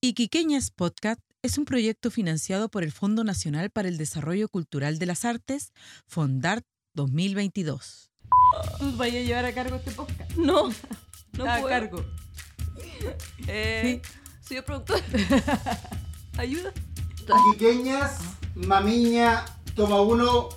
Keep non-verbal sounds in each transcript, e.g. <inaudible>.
Iquiqueñas Podcast es un proyecto financiado por el Fondo Nacional para el Desarrollo Cultural de las Artes, Fondart 2022. Pues Vaya a llevar a cargo este podcast. <laughs> No, no Está a puedo. cargo. Eh, Soy <laughs> yo productor. Ayuda. Quiqueñas, Mamiña, Toma Uno.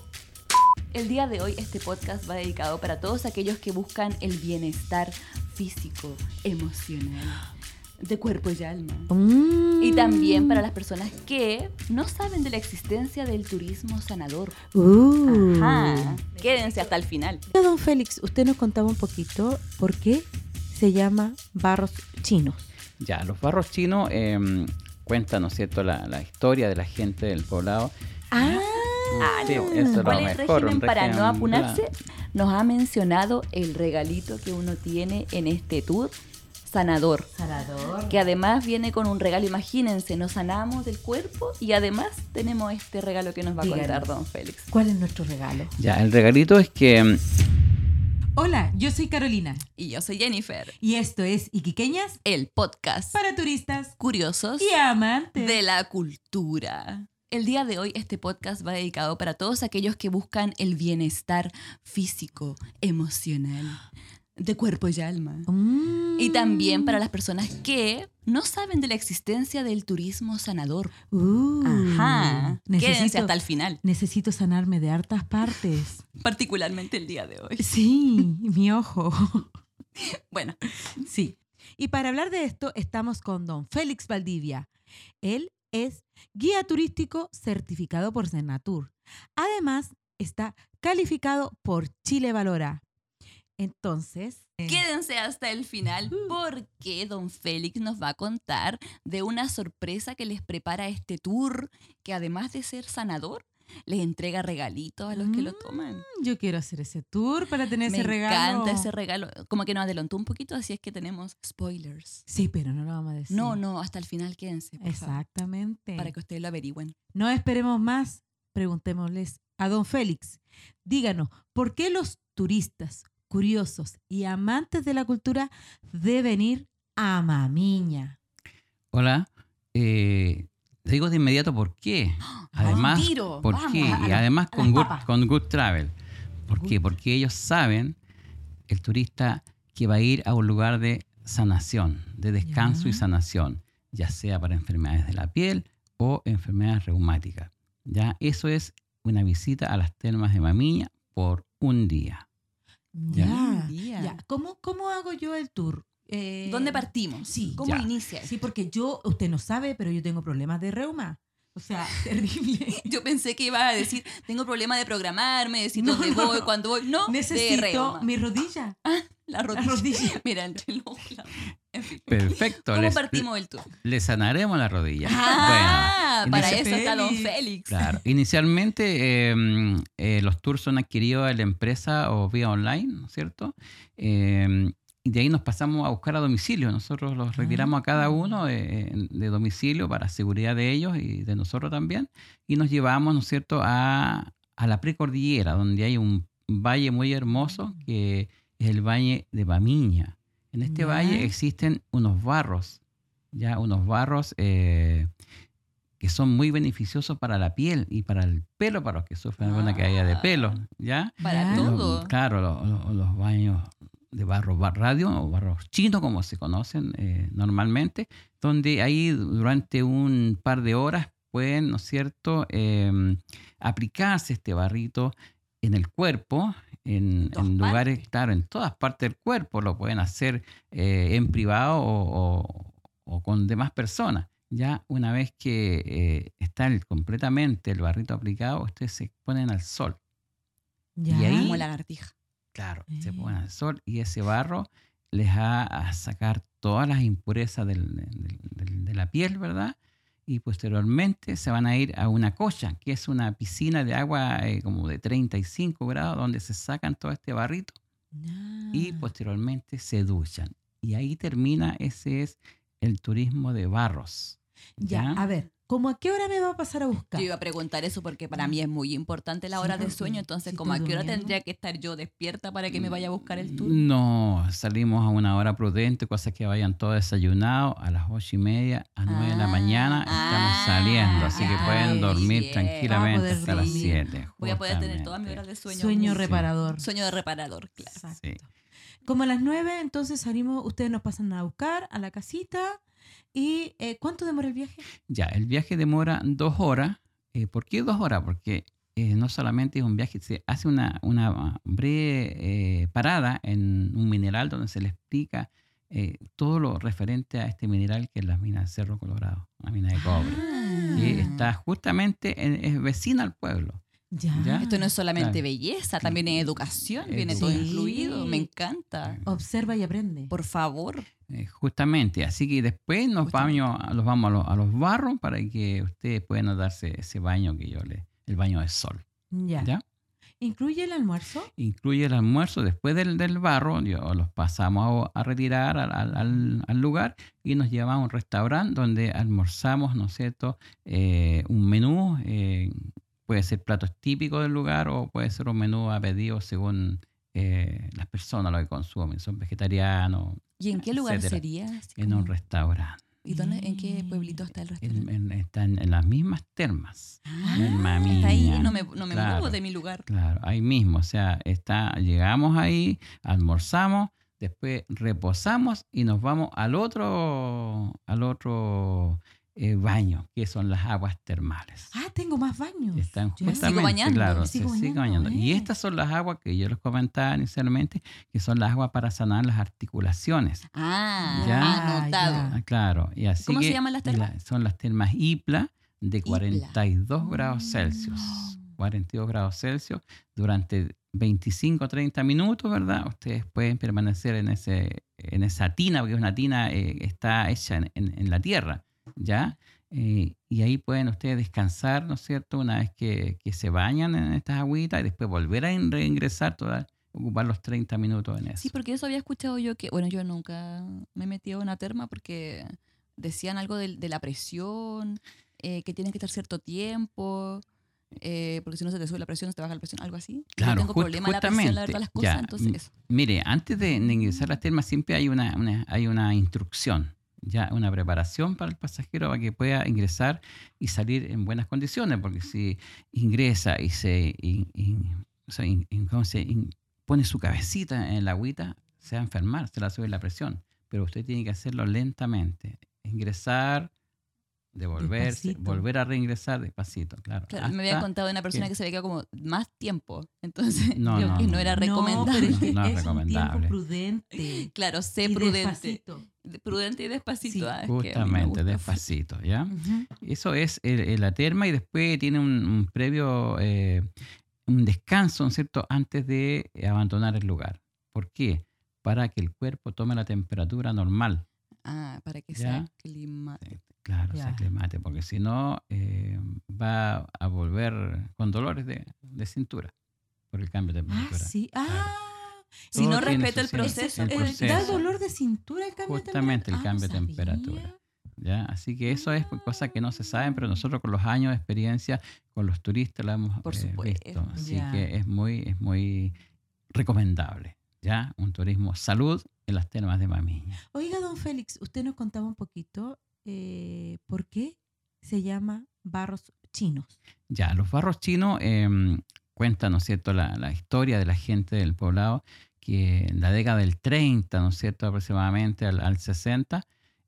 El día de hoy este podcast va dedicado para todos aquellos que buscan el bienestar físico, emocional, de cuerpo y alma. Mm. Y también para las personas que no saben de la existencia del turismo sanador. Uh. Ajá. Quédense hasta el final. Pero, Uh. don Félix, usted nos contaba un poquito por qué se llama barros chinos. Ya, los barros chinos eh, cuentan, ¿no es cierto?, la, la historia de la gente del poblado. Ah, Ah, Sí, no. eso es lo ¿Cuál es el mejor, régimen un para no régimen, apunarse? claro. Nos ha mencionado el regalito que uno tiene en este tour, sanador. Salador. que además viene con un regalo, imagínense, nos sanamos del cuerpo y además tenemos este regalo que nos va a Díganos. contar don Félix. ¿cuál es nuestro regalo? Ya, el regalito es que mm, Hola, yo soy Carolina Y yo soy Jennifer, y esto es Iquiqueñas el podcast para turistas curiosos y amantes. de la cultura. El día de hoy este podcast va dedicado para todos aquellos que buscan el bienestar físico, emocional, de cuerpo y alma. Mm. Y también para las personas que no saben de la existencia del turismo sanador. Uh, Ajá. Quédense necesito- hasta el final, Necesito sanarme de hartas <laughs> partes. particularmente el día de hoy. Sí, <laughs> mi ojo. Bueno, Sí. Y para hablar de esto estamos con don Félix Valdivia. Él es guía turístico certificado por Senatur. Además, está calificado por Chile Valora. Entonces, eh, quédense hasta el final Uh. porque don Félix nos va a contar de una sorpresa que les prepara este tour, que además de ser sanador, les entrega regalitos a los que lo toman. em, yo quiero hacer ese tour para tener Me Mm, ese regalo. encanta ese regalo. Como que nos adelantó un poquito, así es que tenemos spoilers. Sí, pero no lo vamos a decir. No, no, hasta el final quédense. por favor, Exactamente. para que ustedes lo averigüen. No esperemos más. Preguntémosles a don Félix. Díganos, ¿por qué los turistas, curiosos y amantes de la cultura deben ir a Mamiña? Hola. Eh, te digo de inmediato por qué. Ah, Además, ¡Al tiro! ¿por Vamos, qué? a la- y además a con las good, papas. con good Travel. ¿Por qué? Porque ellos saben, el turista, que va a ir a un lugar de sanación, de descanso y Ya. sanación, ya sea para enfermedades de la piel o enfermedades reumáticas. Ya, eso es una visita a las termas de Mamiña por <laughs> un día. Ya. Ya. Día. ya. ¿Cómo, ¿Cómo hago yo el tour? Eh, ¿Dónde partimos? Sí, ¿Cómo ya. inicia? Sí, porque yo, usted no sabe, pero yo tengo problemas de reuma. O sea, terrible. Yo pensé que iba a decir, tengo problema de programarme, decir No, dónde no, voy, no. cuándo voy. No, de Necesito reuma. mi rodilla. La rodilla. rodilla. <laughs> Mira, entre el ojo y la- En fin. Perfecto. ¿Cómo les- partimos el tour? Le sanaremos la rodilla. Ah, Bueno, para inicia- eso está Don Félix. Félix. Claro. Inicialmente eh, mm, eh, los tours son adquiridos de la empresa o vía online, ¿no es cierto? Eh, y de ahí nos pasamos a buscar a domicilio. Nosotros los retiramos a cada uno de, de domicilio para seguridad de ellos y de nosotros también. Y nos llevamos, ¿no es cierto?, a, a la precordillera, donde hay un valle muy hermoso que es el Valle de Bamiña. En este Ya. valle existen unos barros, ya unos barros eh, que son muy beneficiosos para la piel y para el pelo, para los que sufren alguna Ah. caída de pelo, ¿ya? Para Ah. Los- todo. claro, lo- lo- los, baños de barro ba- radio o barros chinos, como se conocen eh, normalmente, donde ahí durante un par de horas pueden, ¿no es cierto?, Eh, aplicarse este barrito en el cuerpo, en, Todas en lugares, claro, en todas partes del cuerpo, lo pueden hacer eh, en privado o, o- o con demás personas. Ya una vez que eh, está el- completamente el barrito aplicado, ustedes se exponen al sol. Ya. Y ahí- Como lagartija. Claro, Eh. se ponen al sol y ese barro les va a sacar todas las impurezas del- del- del- de la piel, ¿verdad? Y posteriormente se van a ir a una cocha, que es una piscina de agua eh, como de 35 grados, donde se sacan todo este barrito y pues, Ah. posteriormente se duchan. Y ahí termina, ese es el turismo de barros. Ya, Ya. a ver, ¿cómo a qué hora me va a pasar a buscar? Yo iba a preguntar eso porque para mí es muy importante la hora Sí, de porque sueño, entonces si como a estoy qué hora durmiendo. tendría que estar yo despierta para que me vaya a buscar el tour. Mm, No, salimos a una hora prudente, cosas que vayan todos desayunados a las ocho y media, a nueve de la Ah, mañana ah, estamos saliendo, así que ya, pueden muy dormir bien. tranquilamente Va a poder hasta las dormir. siete. Voy a poder tener toda mi justamente. hora de sueño. Sueño Sí. reparador. Sueño de reparador, claro. Exacto. Sí. Como a las 9, entonces salimos, ustedes nos pasan a buscar a la casita. ¿Y eh, cuánto demora el viaje? Ya, el viaje demora dos horas. Eh, ¿Por qué dos horas? Porque eh, no solamente es un viaje, se hace una, una breve eh, parada en un mineral donde se le explica eh, todo lo referente a este mineral que es la mina de Cerro Colorado, la mina de cobre. Ah. que Ah. está justamente en- es vecina al pueblo. Ya. Ya. Esto no es solamente Claro. belleza, también es educación, viene todo Sí. incluido, me encanta. Observa y aprende. Por favor. Eh, justamente, así que después nos Justamente. vamos, a- los vamos a los, a los barros para que ustedes puedan darse ese baño que yo le, el baño de sol. Ya. ¿ya? ¿Incluye el almuerzo? incluye el almuerzo después del, del barro, yo- los pasamos a, a retirar al, al- al- al lugar y nos llevamos a un restaurante donde almorzamos, ¿no es cierto?, Eh, un menú, eh, puede ser platos típicos del lugar o puede ser un menú a pedido según eh, las personas lo que consumen, son vegetarianos, ¿Y en qué lugar Etcétera. sería? Así en como- un restaurante, ¿Y dónde, en qué pueblito está el En- restaurante? en- están en las mismas termas. Ah. Ah, en Está ahí, Mamiña. no me, no me Claro. muevo de mi lugar. Claro, ahí mismo, o sea, está, llegamos ahí, almorzamos, después reposamos y nos vamos al otro, al otro eh, baño, que son las aguas termales. Ah, tengo más baños. Están Ya. justamente, bañando, claro, me se sigo sigue bañando, bañando. Y eh. estas son las aguas que yo les comentaba inicialmente, que son las aguas para sanar las articulaciones. Ah, Ya. anotado. Ah. Ah, claro, y así ¿Cómo se que llaman las termas? la- son las termas IPLA de Ipla. Oh, 42 grados Celsius. 42 grados Celsius durante 25 o 30 minutos, ¿verdad? Ustedes pueden permanecer en, ese, en esa tina, porque es una tina eh, está hecha en, en- en la tierra, ¿ya? Eh, y ahí pueden ustedes descansar, ¿no es cierto? Una vez que, que se bañan en estas agüitas y después volver a in- reingresar, toda- ocupar los 30 minutos en eso. Sí, porque eso había escuchado yo que, bueno, yo nunca me he metido en una terma porque decían algo del- de, la presión, eh, que tienen que estar cierto tiempo, eh, porque si no se te sube la presión, se te baja la presión, algo así. Claro, yo tengo ju- problema en la presión, la justamente, verdad, las cosas, ya, entonces mm, eso. Mire, antes de, de ingresar a las termas siempre hay una, una- hay una instrucción, ya una preparación para el pasajero para que pueda ingresar y salir en buenas condiciones, porque si ingresa y se, in- in- o sea, in- in- ¿cómo se in- pone su cabecita en la agüita, se va a enfermar, se le va a subir la presión, pero usted tiene que hacerlo lentamente, ingresar, devolverse, Despacito. volver a reingresar despacito, claro. Claro, me había hasta- contado de una persona que se había quedado como más tiempo, <laughs> entonces No, yo no, que no, no. era No, No, pero recomendable. es que No, no es es, un tiempo recomendable. prudente. <laughs> Claro, sé y prudente. despacito. De- Prudente y despacito. Sí. ah, es que a mí me Justamente, gusta. despacito, ¿ya? Ujú. Eso es el- el- la terma y después tiene un, un previo eh, un descanso, ¿no es cierto?, antes de eh, abandonar el lugar. ¿Por qué? Para que el cuerpo tome la temperatura normal. <laughs> Ah, para que Ya. sea clima. Claro, se Ya. aclimate, porque si no eh, va a volver con dolores de, de cintura por el cambio de Ah, temperatura. sí. Ah, Si Todo no tiene respeto su el ciencia, proceso. el eh, proceso. da dolor de cintura el cambio Justamente el de temperatura. Ah, cambio de temperatura. ¿ya? Así que eso es pues, cosas que no se saben, pero nosotros con los años de experiencia, con los turistas lo hemos Por eh, supuesto, visto. Así ya. que es muy, es muy recomendable, ¿ya? Un turismo salud en las termas de Mamiña. Oiga, don Félix, usted nos contaba un poquito eh, por qué se llama barros chinos. Ya, los barros chinos eh, cuentan, ¿no es cierto?, la, la historia de la gente del poblado, que en la década del 30, ¿no es cierto?, aproximadamente al, al 60,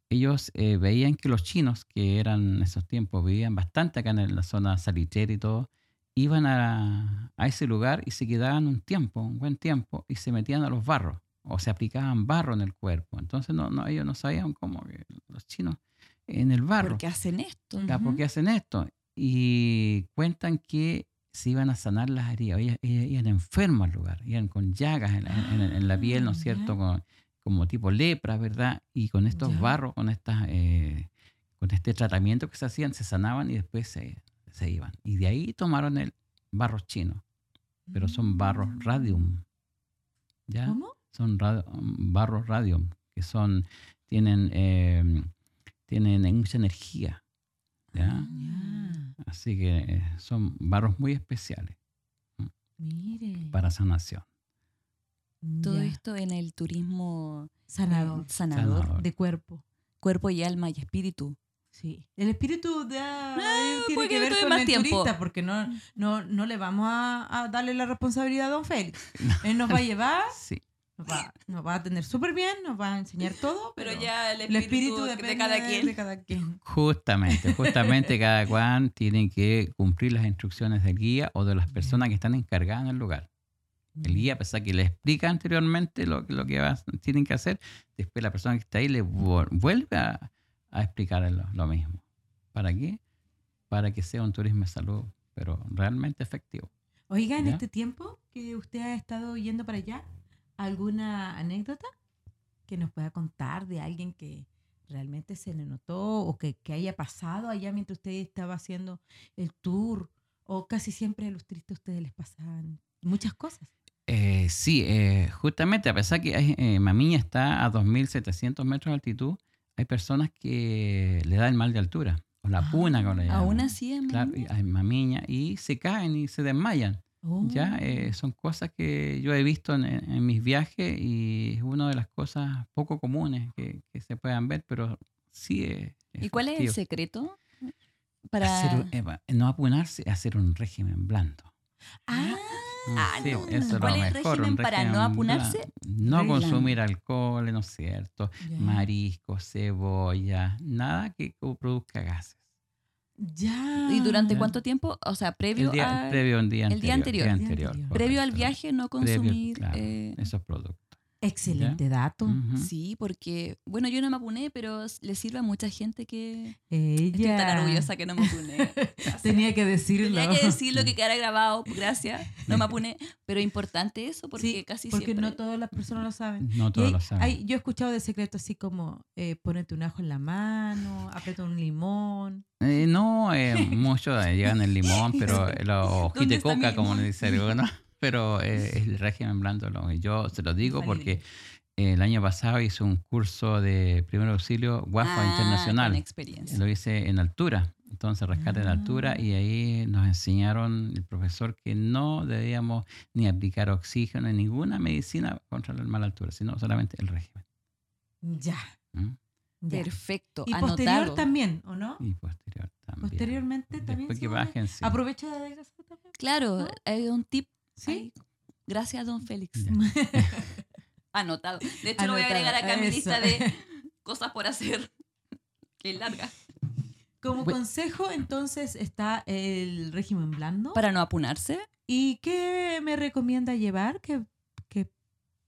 ellos eh, veían que los chinos, que eran en esos tiempos, vivían bastante acá en la zona salitera y todo, iban a, a ese lugar y se quedaban un tiempo, un buen tiempo, y se metían a los barros, o se aplicaban barro en el cuerpo. Entonces no, no, ellos no sabían cómo que los chinos en el barro. ¿Por qué hacen esto? Ya, ¿Por qué hacen esto? Y cuentan que se iban a sanar las heridas. Ellas, ellas iban enfermas al lugar, iban con llagas en, la- en- en- en la piel, ¿no es Ah, cierto? Con- como tipo lepra, ¿verdad? Y con estos Ya. barros, con, estas, eh, con este tratamiento que se hacían, se sanaban y después se, se iban. Y de ahí tomaron el barro chino, pero son barros Mm. radium. ¿Ya? ¿Cómo? son mm, ra- barros radium, que son, em, tienen, eh, tienen mucha energía. Así que eh, son barros muy especiales Mire. para sanación. Todo Ya. esto en el turismo eh, sanador sanador, Sanador. de cuerpo. cuerpo y alma y espíritu. Sí. El espíritu de, tiene porque que yo ver tuve con más el tiempo. turista, porque no, no, no le vamos a, a darle la responsabilidad a don <laughs> Félix. Él nos va a llevar, Sí. nos va, nos va a tener súper bien, nos va a enseñar todo, pero, Pero ya el el espíritu, espíritu, depende de cada quien. De cada quien. Justamente, justamente cada cual tiene que cumplir las instrucciones del guía o de las personas que están encargadas en el lugar. El guía, a pesar que le explica anteriormente lo, lo que vas- tienen que hacer, después la persona que está ahí le vu- vuelve a, a explicar lo, lo mismo. ¿Para qué? Para que sea un turismo de salud, pero realmente efectivo. Oiga, en ¿Ya? este tiempo que usted ha estado yendo para allá, ¿alguna anécdota que nos pueda contar de alguien que realmente se le notó o que, que haya pasado allá mientras usted estaba haciendo el tour? O casi siempre a los turistas ustedes les pasan muchas cosas. Eh, sí, eh, justamente, a pesar que hay- eh, Mamiña está a 2.700 metros de altitud, hay personas que le da el mal de altura, o la puna, como le Ah, Aún llaman. así, es Claro, y, mañana. ay, mamiña, y se caen y se desmayan. Oh, Ya eh, son cosas que yo he visto en, en mis viajes y es una de las cosas poco comunes que, que se puedan ver, pero sí eh, es. ¿Y cuál es el efectivo. secreto? Hacer Para... un- eva- no apunarse, hacer un régimen blando. Ah, Ah, Mm, Sí, no. eso es ¿Cuál lo es el mejor, régimen un para no régimen apunarse? blando. No Régimen. consumir alcohol, ¿no es cierto? ya. Mariscos, cebolla, nada que produzca gases. Ya. ¿Y durante Ya. cuánto tiempo? O sea, previo, El día, al- previo un día el día anterior. anterior. El día anterior. previo al correcto. viaje no Previo, consumir... claro, eh, esos productos. Excelente dato. Ujú. Sí, porque, bueno, yo no me apuné, pero s- le sirve a mucha gente que estoy Ella. tan orgullosa que no me <laughs> apuné. Tenía que decirlo. <laughs> Tenía que decirlo que quedara grabado, pues, gracias, no me apuné, pero importante eso porque Sí, casi porque siempre... no todas las personas lo saben. No Y todos hay- lo saben. hay- yo he escuchado de secretos así como eh, ponete un ajo en la mano, aprieta un limón. Eh, no, eh, muchos eh, llevan el limón, <laughs> pero eh, los ojitos ¿Dónde de está mi coca, como limón? le dice alguno. <laughs> Pero eh, el régimen blando, no. Y yo se lo digo porque eh, el año pasado hice un curso de primer auxilio guapo Ah, Con internacional. Eh, experiencia. Ah. Lo hice en altura, entonces rescate en altura y ahí nos enseñaron el profesor que no debíamos ni aplicar oxígeno ni ninguna medicina contra la mala altura, sino solamente el régimen. Ya. ¿Mm? ya. Perfecto, Y posterior anotado. también, ¿o no? Y posterior también. Posteriormente también. Después se que van a- bajen, sí. Aprovecha de adelgazar también. Claro, ¿No? hay un tip. Sí. ahí. Gracias, don Félix. Ya. <laughs> Anotado. De hecho, lo voy a Anotado, agregar acá a mi eso. lista de cosas por hacer. <laughs> Que es larga. <laughs> Como Bu- consejo, entonces está el régimen blando. Para no apunarse, ¿Y qué me recomienda llevar? Que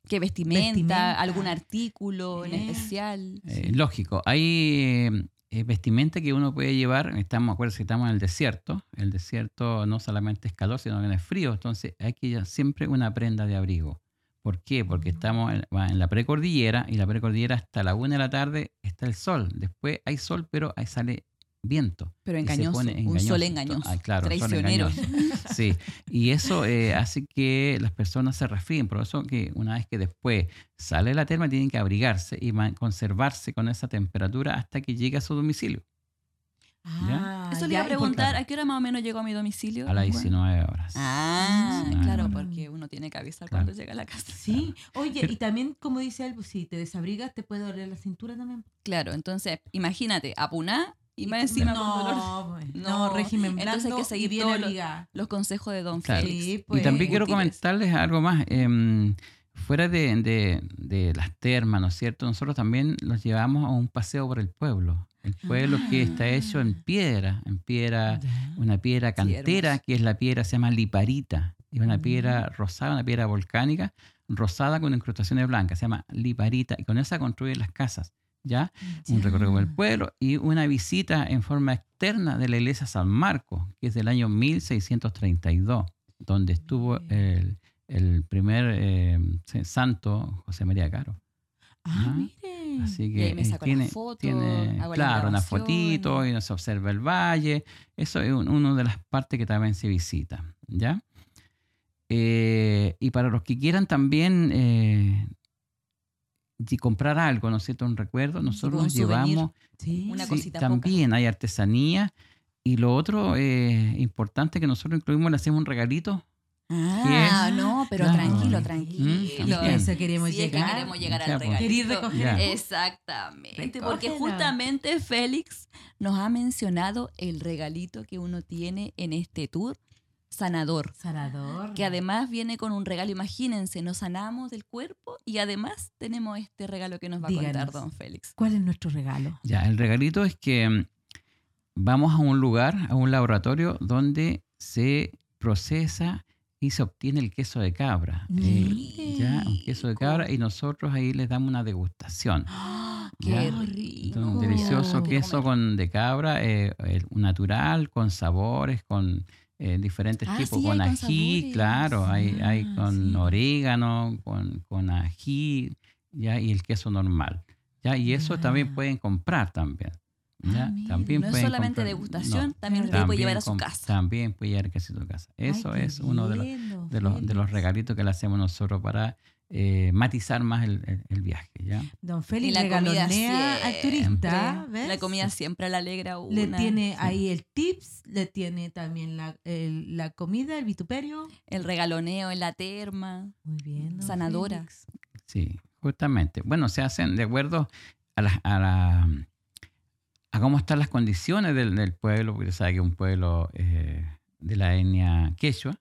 que vestimenta, Vestimenta. algún artículo en Eh. especial. Eh, lógico. Hay eh, vestimenta que uno puede llevar. Estamos, acuérdense que estamos en el desierto. El desierto no solamente es calor, sino que es frío. Entonces hay que llevar siempre una prenda de abrigo. ¿Por qué? Porque estamos en, va en la precordillera y la precordillera hasta la una de la tarde está el sol. Después hay sol, pero ahí sale viento. Pero y se engañoso, pone un sol Entonces, engañoso, ah, claro, un sol traicionero. <laughs> engañoso. Sí, y eso eh, hace que las personas se resfríen. Por eso que una vez que después sale la terma, tienen que abrigarse y man- conservarse con esa temperatura hasta que llegue a su domicilio, Ah, Eso le iba a ya, preguntar, ¿a qué hora más o menos llego a mi domicilio? a las Bueno. 19 horas. Ah, Sí. claro, Ah. porque uno tiene que avisar Claro. cuando llega a la casa. Sí. Oye, y también, como dice él, pues, si te desabrigas, te puede doler la cintura también. Claro, entonces, imagínate, apuná y más encima con dolor. no, pues, <laughs> No. no, régimen blando. Entonces hay que seguir y bien todo lo- abrigada. Los consejos de Don Claro. Félix. Sí, pues, Y también quiero útiles. comentarles algo más. em, fuera de, de- de las termas, ¿no es cierto? Nosotros también los llevamos a un paseo por el pueblo. El pueblo que está hecho Ah. en piedra, en piedra, una piedra cantera, hermoso. que es la piedra, se llama liparita. Es una piedra rosada, una piedra volcánica, rosada con incrustaciones blancas, se llama liparita. Y con esa construyen las casas, ¿ya? Un recorrido por el pueblo y una visita en forma externa de la iglesia San Marcos, que es del año 1632 donde estuvo el, el primer eh, se- santo José María Caro. Ah, ¿Ya? mire. Así Mm. Y que ahí me eh, saco la tiene, foto, tiene, hago las claro, una grabaciones. fotito eh, y se observa el valle. Eso es un- una de las partes que también se visita, ¿ya? Eh, y para los que quieran también eh, y comprar algo, ¿no es cierto? Un recuerdo, nosotros un nos souvenir. llevamos Sí. Una Sí, cosita poca. también hay artesanía Y lo otro eh, importante que nosotros incluimos, le hacemos un regalito. Ah, Yes. no, pero No. tranquilo, Mm, tranquilo. también. Eso queremos Sí, es que llegar. queremos llegar Ya, al pues. regalo. Querer recoger. Ya. Exactamente, Recógelo. porque justamente Félix nos ha mencionado el regalito que uno tiene en este tour, sanador, Sanador. que además viene con un regalo, imagínense, nos sanamos del cuerpo y además tenemos este regalo que nos va a Díganos. contar don Félix. ¿Cuál es nuestro regalo? Ya, el regalito es que mm, vamos a un lugar, a un laboratorio donde se procesa y se obtiene el queso de cabra. Eh, ya, un queso de cabra y nosotros ahí les damos una degustación. ¡Ah! ¡Qué Ya, rico! Un delicioso Quiero comer. queso con, de cabra, eh, el natural, con sabores, con eh, diferentes Ah, tipos, sí, con hay con ají, sabores. claro, hay, hay Ah, con sí. orégano, con, con ají, ya, y el queso normal. Ya, y eso también pueden comprar también. Ya, Ah, mira, también no es pueden solamente comprar- degustación, no, también usted puede también llevar a su comp- casa. También puede llevar casi a su casa. Eso qué es uno de los, lindo, de, los, de los Félix. regalitos que le hacemos nosotros para eh, matizar más el, el- el viaje. ¿ya? Don Y Félix la comida regalonea al siempre. turista, ¿ves? La comida siempre la alegra una. Le tiene ahí el tips, le tiene también la, el- la comida, el vituperio. El regaloneo en la terma, Muy bien. don sanadora. Félix. Sí, justamente. Bueno, se hacen de acuerdo a las a la- a cómo están las condiciones del, del pueblo, porque sabe que es un pueblo eh, de la etnia quechua,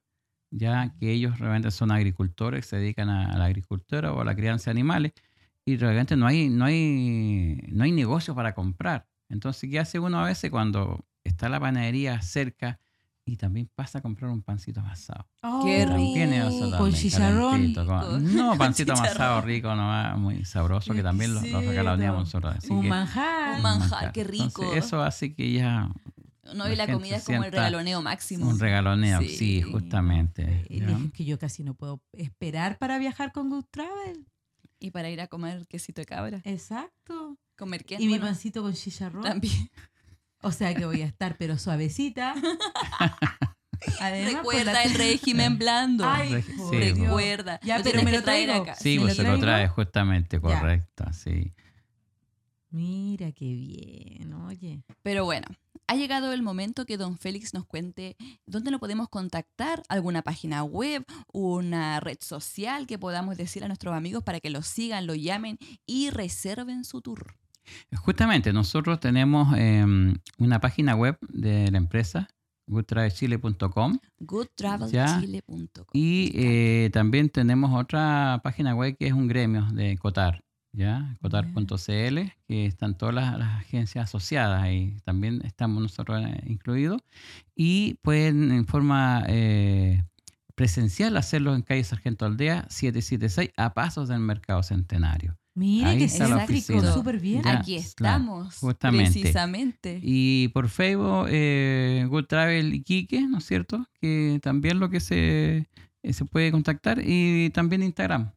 ya que ellos realmente son agricultores, se dedican a, a la agricultura o a la crianza de animales, y realmente no hay, no hay, no hay negocio para comprar. Entonces, ¿qué hace uno a veces cuando está la panadería cerca y también pasa a comprar un pancito amasado? Qué También rico. eso Con también, chicharrón. calentito, con- no, pancito chicharrón. amasado rico, nomás, muy sabroso, que también lo, lo regaloneamos nosotros. Así Un que, manjar. Un manjar, qué rico. Entonces, eso hace que ya No, y La la gente comida es como el sienta regaloneo máximo. un regaloneo, sí, Sí. justamente. Y ¿ya? dije que yo casi no puedo esperar para viajar con Good Travel. Y para ir a comer quesito de cabra. Exacto. Comer qué? Y mi Bueno, pancito con chicharrón. también. O sea que voy a estar, pero <laughs> suavecita. <laughs> Además, por la- Recuerda el régimen blando. Ay, Re- por sí, Dios. Recuerda. Ya, pero tienes me que lo traer traigo. acá. Sí, ¿me pues lo se lo traigo? trae justamente, correcto, sí. Mira qué bien, oye. Pero bueno, ha llegado el momento que don Félix nos cuente dónde lo podemos contactar, alguna página web, una red social que podamos decir a nuestros amigos para que lo sigan, lo llamen y reserven su tour. Justamente, nosotros tenemos eh, una página web de la empresa, goodtravechile.com, goodtravelchile.com. y eh, también tenemos otra página web que es un gremio de Cotar, ¿ya? Cotar.cl, que están todas las, las agencias asociadas ahí, también estamos nosotros eh, incluidos, y pueden en forma eh, presencial hacerlo en calle Sargento Aldea 776 a pasos del Mercado Centenario. Mira Ahí qué está la céntrico, oficina. súper bien. Ya, Aquí claro, estamos, justamente. precisamente. Y por Facebook, eh, Good Travel Iquique, ¿no es cierto? Que también lo que se, eh, se puede contactar. Y también Instagram.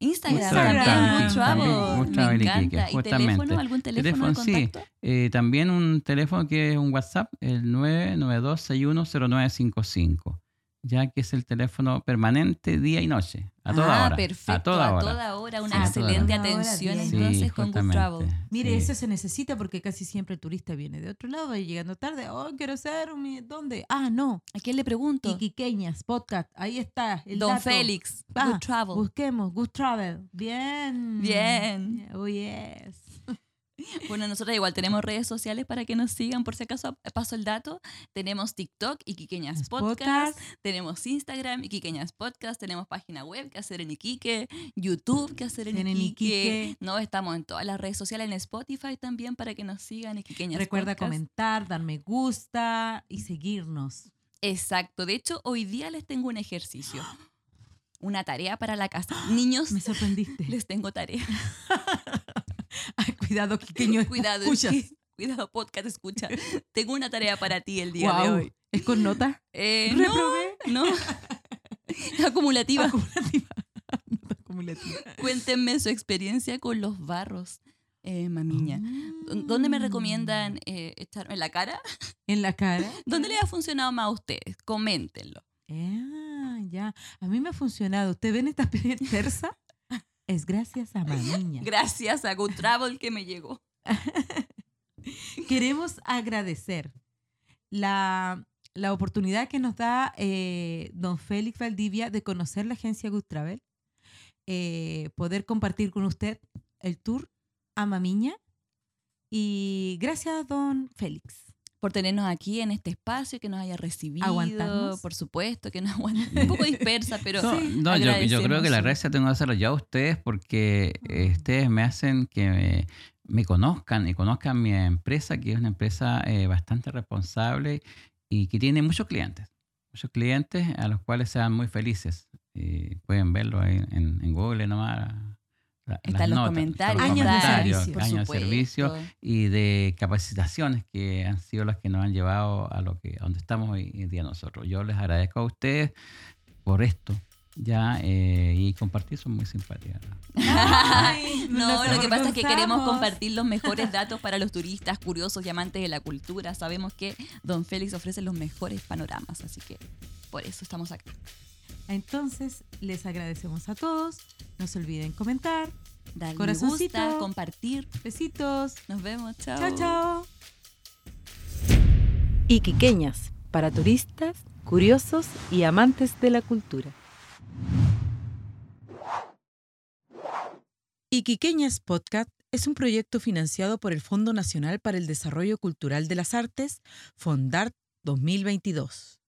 Instagram, Instagram, también, sí, Good Travel, también, Good me Travel encanta. Iquique, ¿Y justamente. teléfono? ¿Algún teléfono de Teléfono, sí. contacto? Eh, también un teléfono que es un WhatsApp, el 992-610955. Ya que es el teléfono permanente día y noche. A toda ah, hora. perfecto, a toda hora. hora, Sí, una a toda excelente hora. atención Sí, entonces con Good justamente, Travel. Mire, sí. eso se necesita porque casi siempre el turista viene de otro lado y llegando tarde. Oh, quiero ser un... mi- ¿Dónde? Ah, no. ¿A quién le pregunto? Iquiqueñas, podcast. Ahí está. El Don dato. Ah, uh. Félix, Va, Good Travel. Busquemos. Good Travel. Bien. Bien. Oh, yes. Bueno, nosotros igual tenemos redes sociales para que nos sigan, por si acaso eh, paso el dato. Tenemos TikTok, Iquiqueñas Podcast, tenemos Instagram, Iquiqueñas Podcast, tenemos página web, que hacer en Iquique, YouTube, que hacer en, En Iquique. Iquique. No, estamos en todas las redes sociales, en Spotify también para que nos sigan, Iquiqueñas Recuerda Podcast. comentar, dar me gusta y seguirnos. Exacto, de hecho, hoy día les tengo <gasps> un ejercicio, una tarea para la casa. Niños, <laughs> Me sorprendiste. les <laughs> tengo tarea. Ay, cuidado, Quiqueño. Cuidado, escuchas. sí, <laughs> cuidado, podcast, escucha. Tengo una tarea para ti el día de Guau. hoy. ¿Es con nota? Eh, <laughs> no, Reprobé. <laughs> No. Acumulativa. Acumulativa. <laughs> Nota acumulativa. <laughs> Cuéntenme su experiencia con los barros, eh, mamiña. ¿Dó- ¿Dónde me recomiendan eh, echarme la cara? <laughs> En la cara. ¿Dónde les ha funcionado más a ustedes? Coméntenlo. Ah, ya. A mí me ha funcionado. ¿Usted ven esta <laughs> piel tersa? Es gracias a Mamiña. Gracias a Good Travel que me llegó. Queremos agradecer la, la oportunidad que nos da eh, don Félix Valdivia de conocer la agencia Good Travel, eh, poder compartir con usted el tour a Mamiña. Y gracias, don Félix. <laughs> por tenernos aquí en este espacio, que nos haya recibido, Aguantarnos. por supuesto, que nos <laughs> aguanta, un poco dispersa, pero No, no, yo- yo, creo que la red se tengo que hacerlo ya a ustedes porque eh, ustedes me hacen que me, me conozcan y conozcan mi empresa, que es una empresa eh, bastante responsable y que tiene muchos clientes. Muchos clientes a los cuales sean muy felices. Y pueden verlo ahí en, en Google nomás. la- las Están los notas, comentarios, Años de claro, servicio. por años de supuesto. servicio y de capacitaciones que han sido las que nos han llevado a lo que a donde estamos hoy en día nosotros. Yo les agradezco a ustedes por esto ya eh, y compartir son muy simpáticas. No, Nos lo que pasa es que queremos avergonzamos. compartir los <laughs> mejores datos para los turistas, curiosos y amantes de la cultura. Sabemos que Don Félix ofrece los mejores panoramas, así que por eso estamos acá. Entonces, les agradecemos a todos. No se olviden comentar. Dale me Corazoncito. gusta, compartir. Besitos. Nos vemos, Chao, chao. Iquiqueñas, para turistas, curiosos y amantes de la cultura. Iquiqueñas Podcast es un proyecto financiado por el Fondo Nacional para el Desarrollo Cultural de las Artes, FONDART 2022.